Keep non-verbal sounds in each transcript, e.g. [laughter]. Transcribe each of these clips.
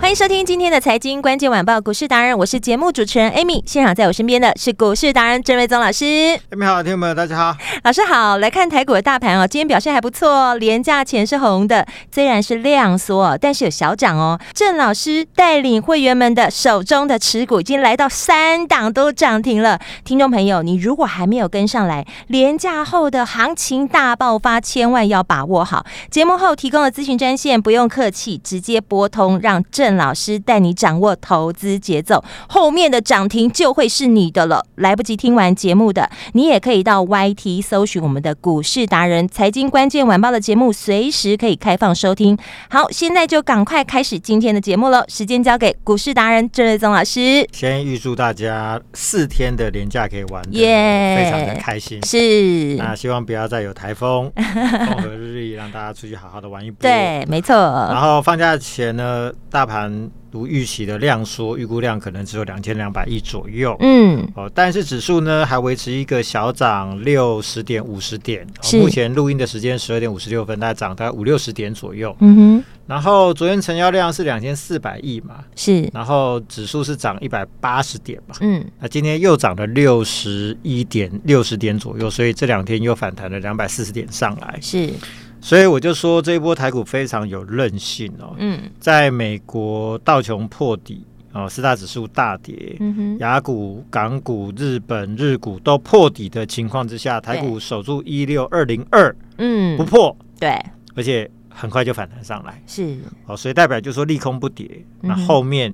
欢迎收听今天的财经关键晚报股市达人，我是节目主持人 Amy。现场在我身边的是股市达人郑瑞宗老师，哎，你好，听众朋友，大家好。老师好。来看台股的大盘哦，今天表现还不错哦，廉价前是红的，虽然是量缩哦，但是有小涨哦。郑老师带领会员们的手中的持股已经来到三档都涨停了。听众朋友，你如果还没有跟上来，廉价后的行情大爆发，千万要把握好。节目后提供的咨询专线不用客气，直接拨通，让郑老师带你掌握投资节奏，后面的涨停就会是你的了。来不及听完节目的，你也可以到 YT 搜寻我们的股市达人财经关键晚报的节目，随时可以开放收听。好，现在就赶快开始今天的节目喽，时间交给股市达人郑瑞宗老师。先预祝大家四天的连假可以玩得耶非常的开心。是，那希望不要再有 [laughs] 台风、风和日丽，让大家出去好好的玩一波。。对，没然错，后放假前呢，大盘如预期的量缩，预估量可能只有两千两百亿左右。嗯，哦，但是指数呢还维持一个小涨六十点、五十点。是哦、目前录音的时间十二点五十六分，大概涨大概五六十点左右。嗯哼，然后昨天成交量是两千四百亿嘛，是，然后指数是涨一百八十点嘛，嗯，那今天又涨了六十一点六十点左右，所以这两天又反弹了两百四十点上来，是，所以我就说这一波台股非常有韧性哦，嗯，在美国道琼破底哦，四大指数大跌。嗯哼，雅股、港股、日本日股都破底的情况之下，台股守住一六二零二不嗯，破，对，而且很快就反弹上来。是，哦，所以代表就说利空不跌，那嗯哼后面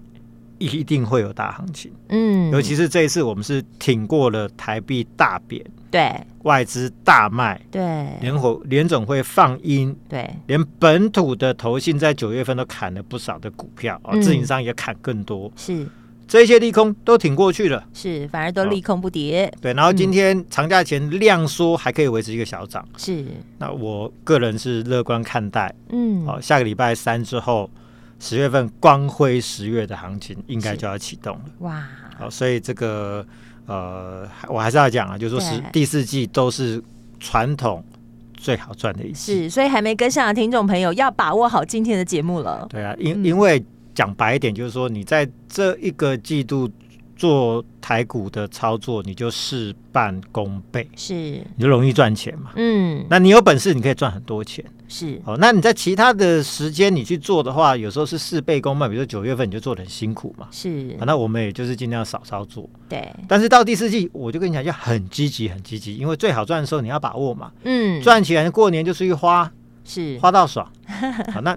一定会有大行情。嗯，尤其是这一次，我们是挺过了台币大贬，对，外资大卖，对，联火联总会放鹰，对，连本土的投信在九月份都砍了不少的股票，哦，嗯自营商也砍更多，是这些利空都挺过去了。是，反而都好利空不跌，对，然后嗯今天长假前量缩还可以维持一个小涨，是，那我个人是乐观看待。嗯，哦，下个礼拜三之后，十月份光辉十月的行情应该是就要启动了。哇，好，所以这个呃，还我还是要讲啊，就是说十对第四季都是传统最好赚的一季，是，所以还没跟上的听众朋友要把握好今天的节目了，对啊，因、嗯因为讲白一点，就是说你在这一个季度做台股的操作，你就事半功倍，是，你就容易赚钱嘛。嗯，那你有本事，你可以赚很多钱。是，哦，那你在其他的时间你去做的话，有时候是事倍功半，比如说九月份你就做的很辛苦嘛、是啊，那我们也就是尽量少操作。对，但是到第四季，我就跟你讲，要很积极，很积极，因为最好赚的时候你要把握嘛，嗯，赚钱过年就出去花，是，花到爽。好，那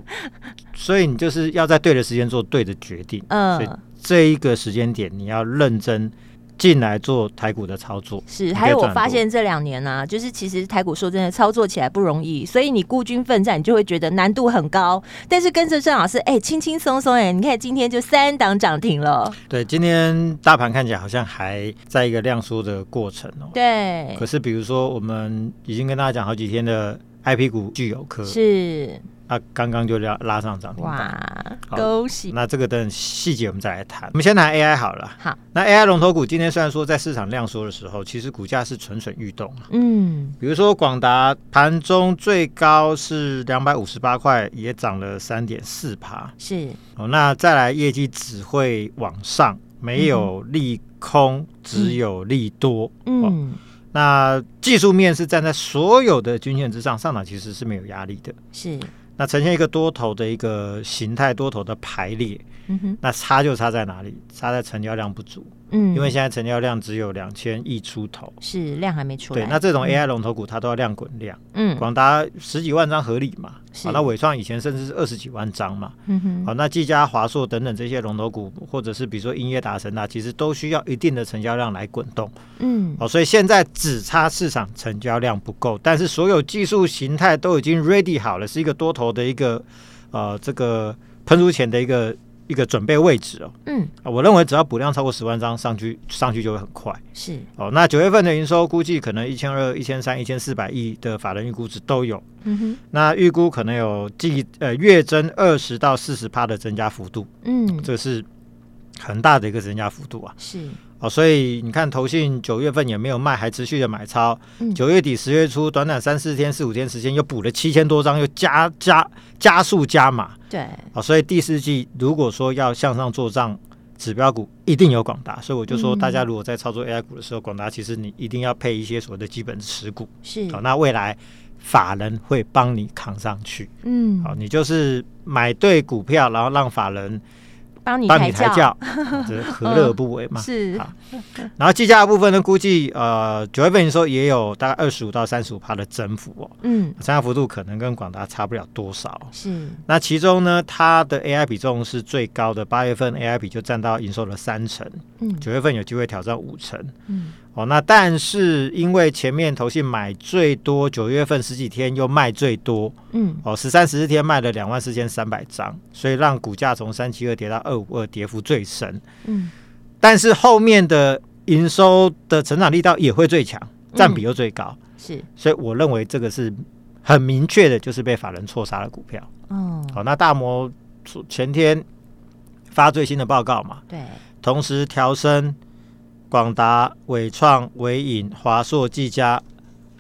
所以你就是要在对的时间做对的决定。所以嗯，这一个时间点，你要认真进来做台股的操作。是，你还可以有我赚很发多现这两年呢、就是其实台股说真的操作起来不容易，所以你孤军奋战，你就会觉得难度很高。但是跟着郑老师，哎、轻轻松松，哎，你看今天就三档涨停了，对，今天大盘看起来好像还在一个量缩的过程哦。对可，是比如说，我们已经跟大家讲好几天的 IP 股具有科，是它刚刚就拉拉上涨停板。哇，好恭喜，那这个等细节我们再来谈。我们先谈 AI 好了。好，那 AI 龙头股今天虽然说在市场量缩的时候，其实股价是蠢蠢欲动啊。嗯，比如说广达盘中最高是两百五十八块，也涨了三点四趴。是，哦，那再来业绩只会往上，没有利空，只有利多。哦，嗯，那技术面是站在所有的均线之上，上涨其实是没有压力的。是，那呈现一个多头的一个形态，多头的排列。嗯哼，那差就差在哪里？差在成交量不足。嗯，因为现在成交量只有两千亿出头。是量还没出来。对，那这种 AI 龙头股它都要量滚量，嗯广达十几万张合理嘛？是好，那伟创以前甚至是二十几万张嘛？嗯哼，好，那技嘉、华硕等等这些龙头股，或者是比如说音乐达神啊，其实都需要一定的成交量来滚动。嗯好，所以现在只差市场成交量不够，但是所有技术形态都已经 ready 好了，是一个多头的一个呃这个喷出前的一个一个准备位置哦。嗯啊我认为只要补量超过十万张上去，上去就会很快。是，哦，那九月份的营收估计可能一千二、一千三、一千四百亿的法人预估值都有，嗯哼，那预估可能有季呃月增二十到四十趴的增加幅度，嗯这是很大的一个增加幅度啊。是，哦，所以你看，投信九月份也没有卖，还持续的买超嗯，九、月底十月初短短三四天、四五天时间又补了七千多张，又加加加速加码。对，好，所以第四季如果说要向上做账，指标股一定有广达，所以我就说，嗯大家如果在操作 AI 股的时候，广达其实你一定要配一些所谓的基本持股。是好，，那未来法人会帮你扛上去。嗯，好，你就是买对股票，然后让法人帮你帮你抬抬轿，嗯轿，好 [laughs] 这何乐而不为嘛？是好，然后计价的部分呢，估计呃九月份营收也有大概二十五到三十五趴的增幅哦，嗯增加幅度可能跟广达差不了多少。是，那其中呢，它的 AI 比重是最高的，八月份 AI 比就占到营收的三成，嗯九月份有机会挑战五成。嗯哦，那但是因为前面投信买最多，九月份十几天又卖最多，嗯哦，十三十四天卖了两万四千三百张，所以让股价从三七二跌到二五二，跌幅最深。嗯但是后面的营收的成长力道也会最强，占比又最高，是，所以我认为这个是很明确的，就是被法人错杀的股票。哦，好，那大摩昨前天发最新的报告嘛，对，同时调升广达、伟创、伟影、华硕、技嘉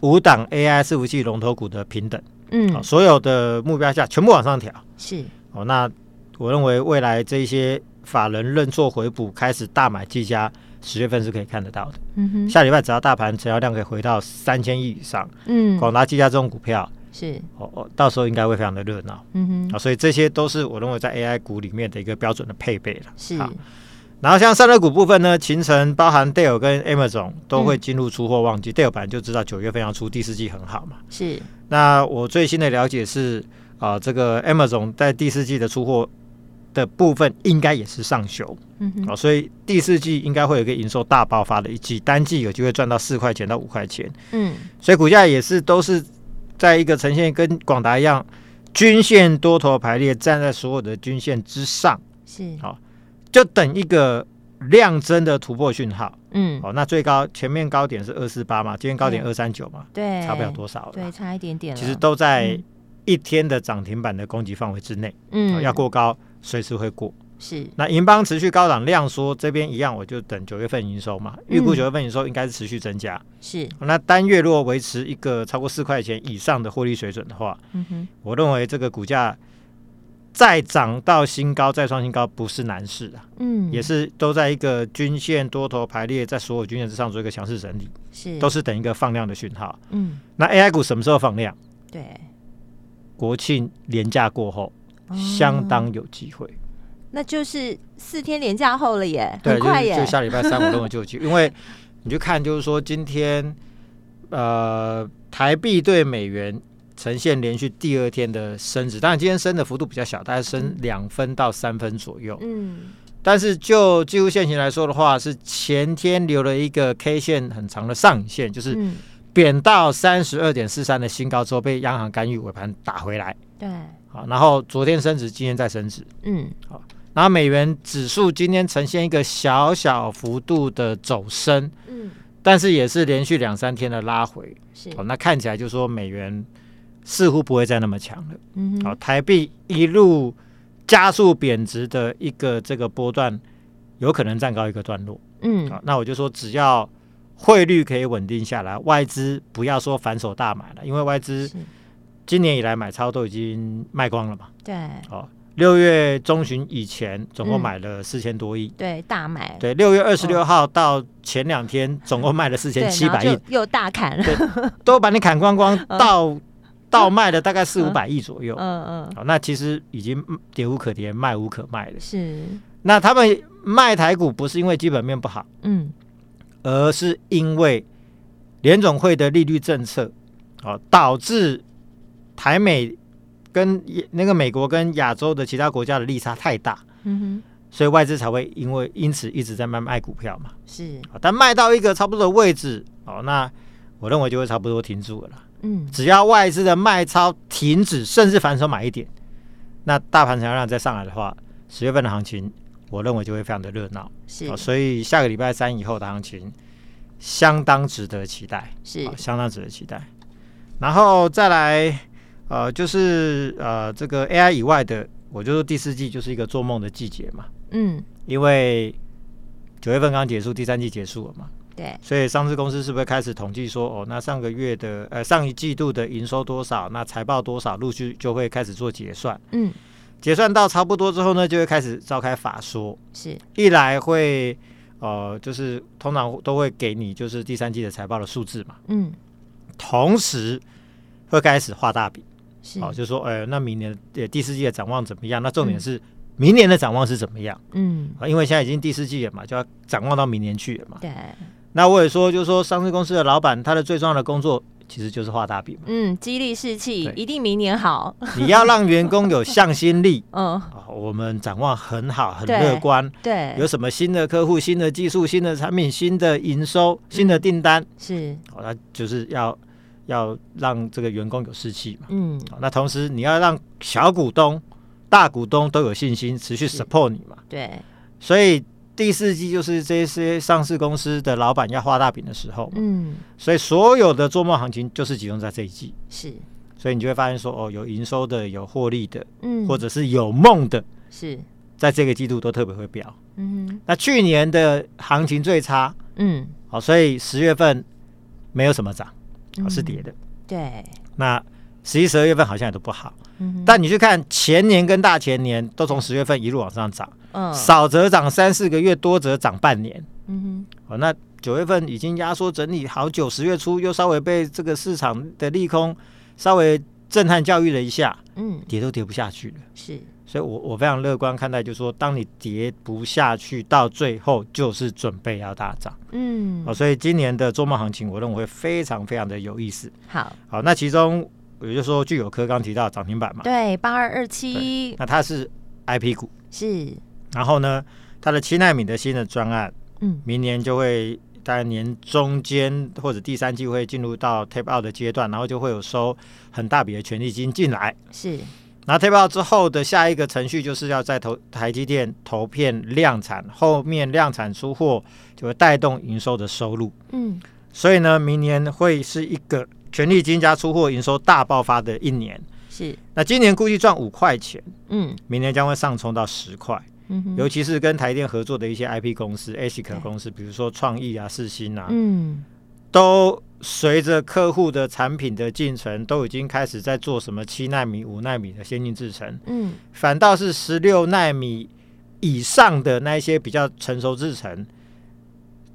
五档 AI 伺服器龙头股的平等，好嗯所有的目标价全部往上调。是，哦，那我认为未来这些法人认错回补，开始大买技嘉，十月份是可以看得到的。嗯哼，下礼拜只要大盘成交量可以回到三千亿以上，嗯广达、技嘉这种股票，是，哦哦，到时候应该会非常的热闹。嗯啊，哼所以这些都是我认为在 AI 股里面的一个标准的配备了。是，好然后像散热股部分呢，秦晨包含 d a l e 跟 Amazon 都嗯会进入出货旺季。d a l e 本来就知道九月份要出，第四季很好嘛。是，那我最新的了解是，啊、这个 Amazon 在第四季的出货的部分应该也是上修嗯啊、哼所以第四季应该会有一个营收大爆发的一季，单季有机会赚到四块钱到五块钱，嗯所以股价也是都是在一个呈现跟广达一样。均线多头排列站在所有的均线之上，是，就等一个量增的突破讯号。嗯哦，那最高前面高点是二四八嘛，今天高点对二三九嘛，对，差不了多少了对，啦。差一点点了，其实都在嗯一天的涨停板的攻击范围之内，哦嗯要过高随时会过。是，那银邦持续高档量缩，这边一样，我就等九月份营收嘛，预估嗯九月份营收应该是持续增加。是，那单月如果维持一个超过四块钱以上的获利水准的话，嗯哼我认为这个股价再涨到新高、再创新高不是难事啊。嗯也是都在一个均线多头排列，在所有均线之上做一个强势整理，是都是等一个放量的讯号。嗯那 AI 股什么时候放量？对，国庆连假过后，哦相当有机会。那就是四天连假后了耶，对，很快就是耶就，下礼拜三我认为就有机会，因为你就看就是说今天呃台币对美元。呈现连续第二天的升值，当然今天升的幅度比较小，大概升两分到三分左右。嗯但是就技术线型来说的话，是前天留了一个 K 线很长的上影线，就是嗯贬到三十二点四三的新高之后，被央行干预尾盘打回来。对，好，然后昨天升值，今天再升值。嗯然后美元指数今天呈现一个小小幅度的走升，嗯但是也是连续两三天的拉回。是，好，那看起来就说美元似乎不会再那么强了。嗯好，哼台币一路加速贬值的一个这个波段，有可能站高一个段落。嗯好，那我就说只要汇率可以稳定下来，外资不要说反手大买了，因为外资是，今年以来买超都已经卖光了嘛。对哦，六月中旬以前总共嗯买了四千多亿。对大买，对，六月二十六号到前两天，总共卖了四哦对，千七然百后亿就，又大砍 [laughs] 了，都把你砍光光，嗯到到卖了大概四五百亿左右。嗯嗯好，那其实已经跌无可跌，卖无可卖了。是，那他们卖台股不是因为基本面不好，嗯而是因为联总会的利率政策，哦，导致台美跟那个美国跟亚洲的其他国家的利差太大，嗯所以外资才会因为因此一直在卖卖股票嘛哼，。是，啊但卖到一个差不多的位置，哦，那我认为就会差不多停住了啦。嗯只要外资的卖超停止，甚至反手买一点，那大盘想要让再上来的话，十月份的行情，我认为就会非常的热闹。是好所以下个礼拜三以后的行情相当值得期待，是好，相当值得期待。然后再来，呃，就是呃，这个 AI 以外的，我就说第四季就是一个做梦的季节嘛，嗯因为九月份刚结束，第三季结束了嘛，对，所以上市公司是不是开始统计说，哦，那上个月的呃上一季度的营收多少，那财报多少，陆续就会开始做结算，嗯结算到差不多之后呢，就会开始召开法说，是一来会呃，就是通常都会给你就是第三季的财报的数字嘛，嗯同时会开始画大饼，是哦，就说呃，那明年呃第四季的展望怎么样？那重点是明年的展望是怎么样？嗯啊，因为现在已经第四季了嘛，就要展望到明年去了嘛。对，那我也说，就是说上市公司的老板，他的最重要的工作其实就是画大饼嘛，嗯，激励士气，对一定明年好， [laughs] 你要让员工有向心力。 [laughs] 嗯啊、我们展望很好，很对乐观。对有，什么新的客户、新的技术、新的产品、新的营嗯收、新的订单，是好、那就是要要让这个员工有士气嘛。嗯好那同时你要让小股东、大股东都有信心，持续 support 你嘛。对，所以第四季就是这些上市公司的老板要画大饼的时候，嗯所以所有的做梦行情就是集中在这一季。是所以你就会发现说，哦，有营收的、有获利的，嗯或者是有梦的，是在这个季度都特别会飙。嗯那去年的行情最差，哼嗯好、所以十月份没有什么涨，啊、是跌的。嗯对，那十一、十二月份好像也都不好，嗯哼但你去看前年跟大前年都从十月份一路往上涨，嗯少则涨三四个月，多则涨半年。嗯哦，那九月份已经压缩整理好久，十月初又稍微被这个市场的利空稍微震撼教育了一下，哼嗯跌都跌不下去了。是所以我我非常乐观看待，就是说，当你跌不下去，到最后就是准备要大涨。嗯哦，所以今年的周末行情，我认为会非常非常的有意思。好好，那其中我就说具有科刚提到涨停板嘛，对八二二七那它是 IP 股，是然后呢，它的七纳米的新的专案，嗯明年就会大概年中间或者第三季会进入到 tape out 的阶段，然后就会有收很大笔的权利金进来。是然后 tape out 之后的下一个程序就是要在投台积电投片量产，后面量产出货就会带动营收的收入。嗯所以呢，明年会是一个权利金加出货营收大爆发的一年。是那今年估计赚五块钱，嗯明年将会上冲到十块，嗯哼尤其是跟台电合作的一些 IP 公司、ASIC 对公司，比如说创意啊、世新啊，嗯都随着客户的产品的进程，都已经开始在做什么七纳米、五纳米的先进制程，嗯反倒是十六纳米以上的那一些比较成熟制程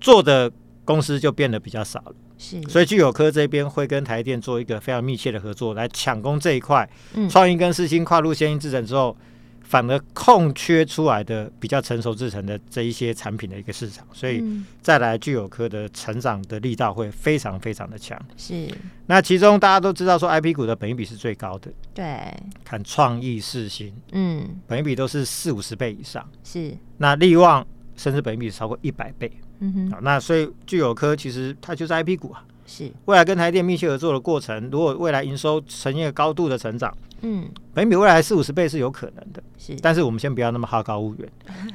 做的公司就变得比较少了。是所以聚友科这边会跟台电做一个非常密切的合作，来抢攻这一块。嗯创意跟四星跨入先进制程之后，反而空缺出来的比较成熟制程的这一些产品的一个市场，所以嗯再来聚友科的成长的力道会非常非常的强。是那其中大家都知道说 IP 股的本益比是最高的，对看创意、四星嗯本益比都是四五十倍以上，是那力旺甚至本益比超过一百倍嗯哼啊。那所以聚友科其实它就是 IP 股啊。是未来跟台积电密切合作的过程，如果未来营收呈现高度的成长，嗯本益比未来四五十倍是有可能的。是但是我们先不要那么好高骛 [laughs] 远，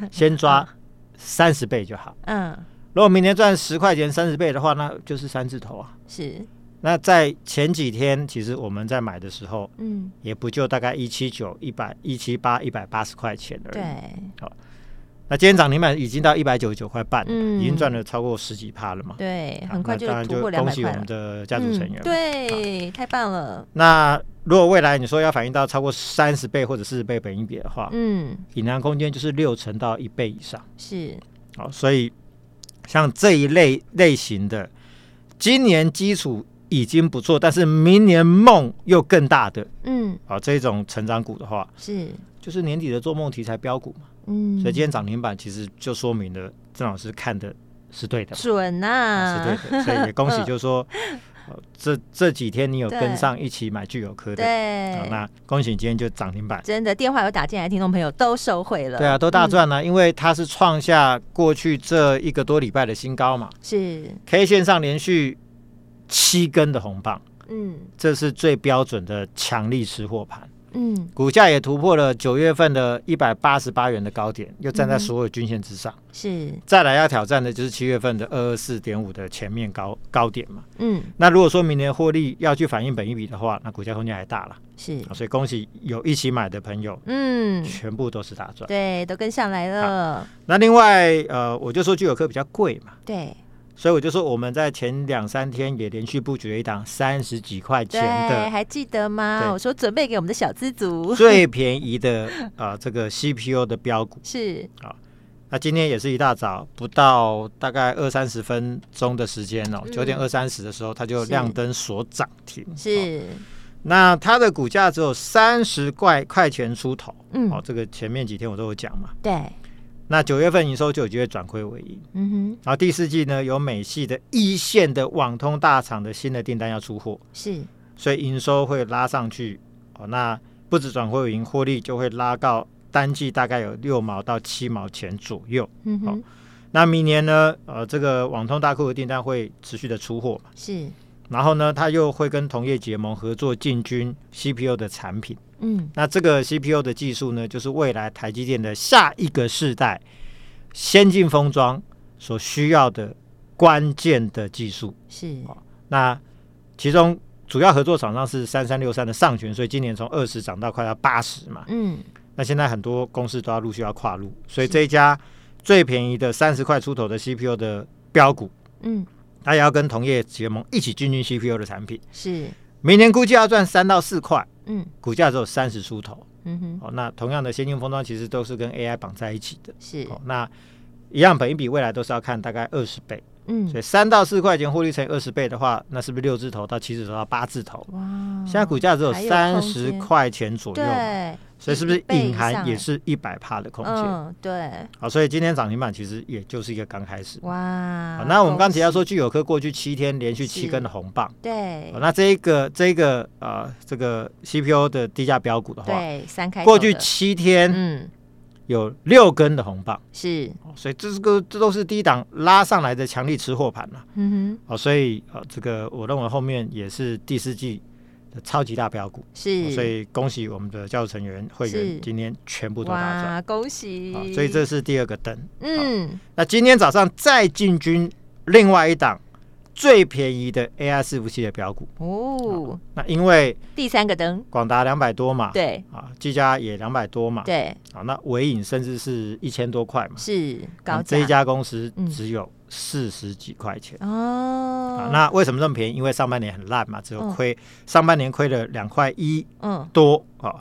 先抓三十倍就好。嗯如果明年赚十块钱三十倍的话，那就是三字头啊。是那在前几天，其实我们在买的时候，嗯也不就大概一七九、一百、一七八、一百八十块钱而已。对那今天涨停板已经到一百九十九块半，嗯已经赚了超过十几趴了嘛。对啊很快那就当然突破两恭百喜我块们了的家族成嗯员、对太棒了那如果未来你说要反映到超过三十倍或者四十倍本益比的话，嗯隐含空间就是六成到一倍以上。是好、所以像这一类类型的，今年基础已经不错，但是明年梦又更大的，哦嗯好、这种成长股的话，是就是年底的做梦题材标股嘛。嗯，所以今天涨停板其实就说明了郑老师看的是对的嘛，准呐、啊是 [laughs] 对的。所以也恭喜，就是说、呃这这几天你有嗯对跟上一起买聚友科的，好对，那恭喜你今天就涨停板。真的电话有打进来，听众朋友都收回了，对啊，都大赚了、因为它是创下过去这一个多礼拜的新高嘛。是， K 线上连续七根的红棒，嗯这是最标准的强力吃货盘，嗯，股价也突破了九月份的一百八十八元的高点，又站在嗯所有均线之上。是，再来要挑战的就是七月份的二二四点五的前面高高点嘛。嗯那如果说明年获利要去反映本一比的话，那股价空间还大了。是，所以恭喜有一起买的朋友，嗯，全部都是大赚。对，都跟上来了，那另外呃，我就说聚友科比较贵嘛。对所以我就说，我们在前两三天也连续布局了一档三十几块对，钱的还记得吗？对我说准备给我们的小资族最便宜的啊、呃这个 CPU 的标股。是，那今天也是一大早，不到大概二三十分钟的时间哦，嗯九点二三十的时候，它就是亮灯锁涨停。哦是，那它的股价只有三十块块钱出头。嗯哦，这个前面几天我都有讲嘛。对，那那九月份营收就有机会转亏为盈，嗯然后第四季呢有美系的一线的网通大厂的新的订单要出货，哼，是，所以营收会拉上去哦。那不止转亏为盈，获利就会拉到单季大概有六毛到七毛钱左右。嗯好哼，那明年呢，呃，这个网通大库的订单会持续的出货嘛，是，然后呢，它又会跟同业结盟合作进军 CPU 的产品。嗯那这个 CPU 的技术呢，就是未来台积电的下一个世代先进封装所需要的关键的技术。是，那其中主要合作厂商是三三六三的上权，所以今年从二十涨到快要八十嘛。嗯那现在很多公司都要陆续要跨入，所以这一家最便宜的三十块出头的 CPU 的标股，嗯它也要跟同业结盟一起进军 CPU 的产品。是，明年估计要赚三到四块，嗯股价只有三十出头。嗯哼，哦，那同样的先进封装其实都是跟 AI 绑在一起的。是，哦，那一样本一比未来都是要看大概二十倍，嗯所以三到四块钱获利乘以二十倍的话，那是不是六字头到七字头到八字头？哦哇，现在股价只有还有空三间十块钱左右，对，所以是不是隐一倍以上含欸也是一百帕的空间？好、嗯对，所以今天涨停板其实也就是一个刚开始。哇好，那我们刚提到恭喜说，聚友科过去七天连续七是根的红棒，对好那这一个这一个呃这个 CPU 的低价标股的话，对三开头啊过去的七天嗯有六根的红棒，是，哦所以这是个这都是低档拉上来的强力吃货盘了、嗯哦，所以呃这个我认为后面也是第四季的超级大标股。哦哼是，所以恭喜我们的教育成员会是员今天全部都大赚、哇恭喜啊，所以这是第二个灯。嗯那今天早上再进军另外一档最便宜的 AI 伺服器的标股，哦那因为第三个灯广达两百多嘛，对啊，技嘉也两百多嘛，对啊，那伟影甚至是一千多块嘛，是高那这一价家公司嗯只有四十几块钱。啊哦，那为什么这么便宜？因为上半年很烂嘛，只有嗯亏，上半年亏了两块一，嗯多啊、哦。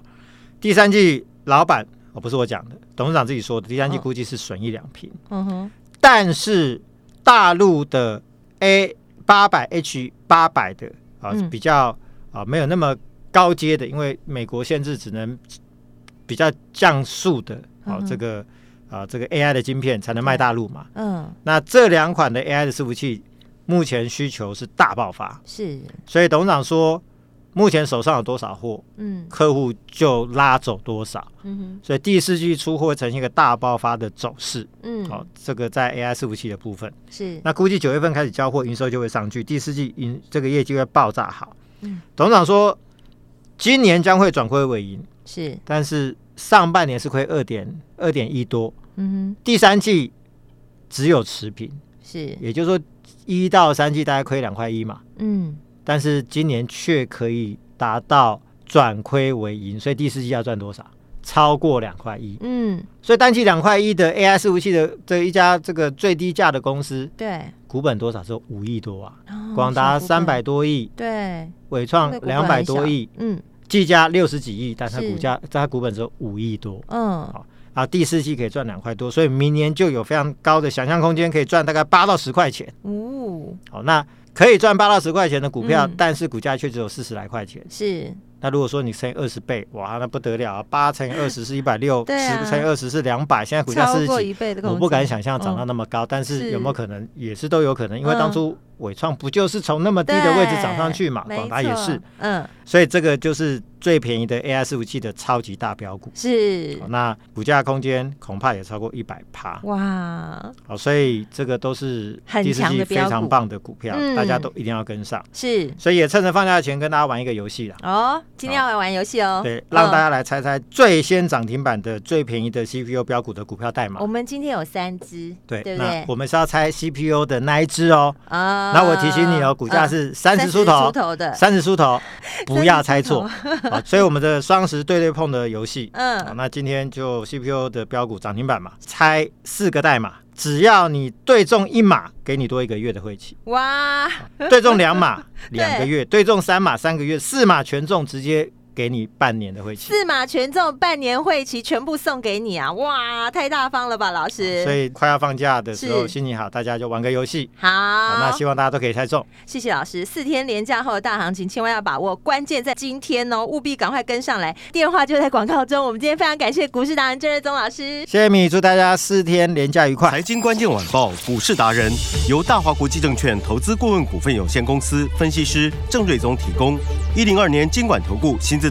第三季老板哦，不是我讲的，董事长自己说的，第三季嗯估计是损一两平，嗯哼但是大陆的 A 八百 H 八百的啊、嗯比较啊、没有那么高阶的，因为美国限制只能比较降速的啊、嗯哼这个啊、这个 AI 的晶片才能卖大陆嘛。嗯那这两款的 AI 的伺服器目前需求是大爆发，是所以董事长说，目前手上有多少货，嗯客户就拉走多少，嗯哼所以第四季出货呈现一个大爆发的走势。嗯好、这个在 AI 伺服器的部分，是那估计九月份开始交货，营收就会上去，第四季营这个业绩会爆炸好。嗯董事长说，今年将会转亏为盈，是但是上半年是亏二点二点一多，嗯第三季只有持平，哼是也就是说一到三季大概亏两块一嘛，嗯但是今年却可以达到转亏为盈，所以第四季要赚多少？超过两块一，嗯所以单季两块一的 AI 伺服器的这一家这个最低价的公司，对股本多少是五亿多啊？哦广达小股三份百多亿，对伟创那股两本百很多小亿，嗯技嘉六十几亿，但它是股价它股本只有五亿多嗯啊。第四季可以赚两块多，所以明年就有非常高的想象空间，可以赚大概八到十块钱。哦五好、那可以赚八到十块钱的股票，嗯但是股价却只有四十来块钱。是那如果说你乘以二十倍，哇，那不得了啊！八乘以二十是一百六，对啊十乘以二十是两百，现在股价超四十过几，一倍的工资，我不敢想象涨到嗯那么高，但是是有没有可能也是都有可能，因为嗯当初伟创不就是从那么低的位置涨上去嘛，对广达也是，，嗯，所以这个就是最便宜的 AI 伺服器的超级大标股，是好那股价空间恐怕也超过一百趴，哇，好，所以这个都是很第四强的季标非股常棒的股票，嗯大家都一定要跟上，是所以也趁着放假前跟大家玩一个游戏啦。哦，今天要玩玩游戏哦，对，让大嗯家来猜猜最先涨停板的、最便宜的 CPU 标股的股票代码我。们今天有三只，对，哦对不那对？我们是要猜 CPU 的那一只哦。啊嗯那我提醒你哦，股价是三十出头，的，三十出头，不要猜错。好，所以我们的双十对对碰的游戏，好，嗯，那今天就 CPU 的标股涨停板嘛，猜四个代码，只要你对中一码，给你多一个月的会期； [laughs] 哇，对中两码，两个月；对中三码，三个月；四码全中，直接给你半年的会期。四马全中半年会期全部送给你啊！哇，太大方了吧，老师。所以快要放假的时候，是心情好，大家就玩个游戏。好，好，那希望大家都可以猜中。谢谢老师。四天连假后的大行情，千万要把握，关键在今天哦，务必赶快跟上来。电话就在广告中。我们今天非常感谢股市达人郑瑞宗老师。谢谢米，祝大家四天连假愉快。财经关键晚报股市达人由大华国际证券投资顾问股份有限公司分析师郑瑞宗提供。一零二年经管投顾新字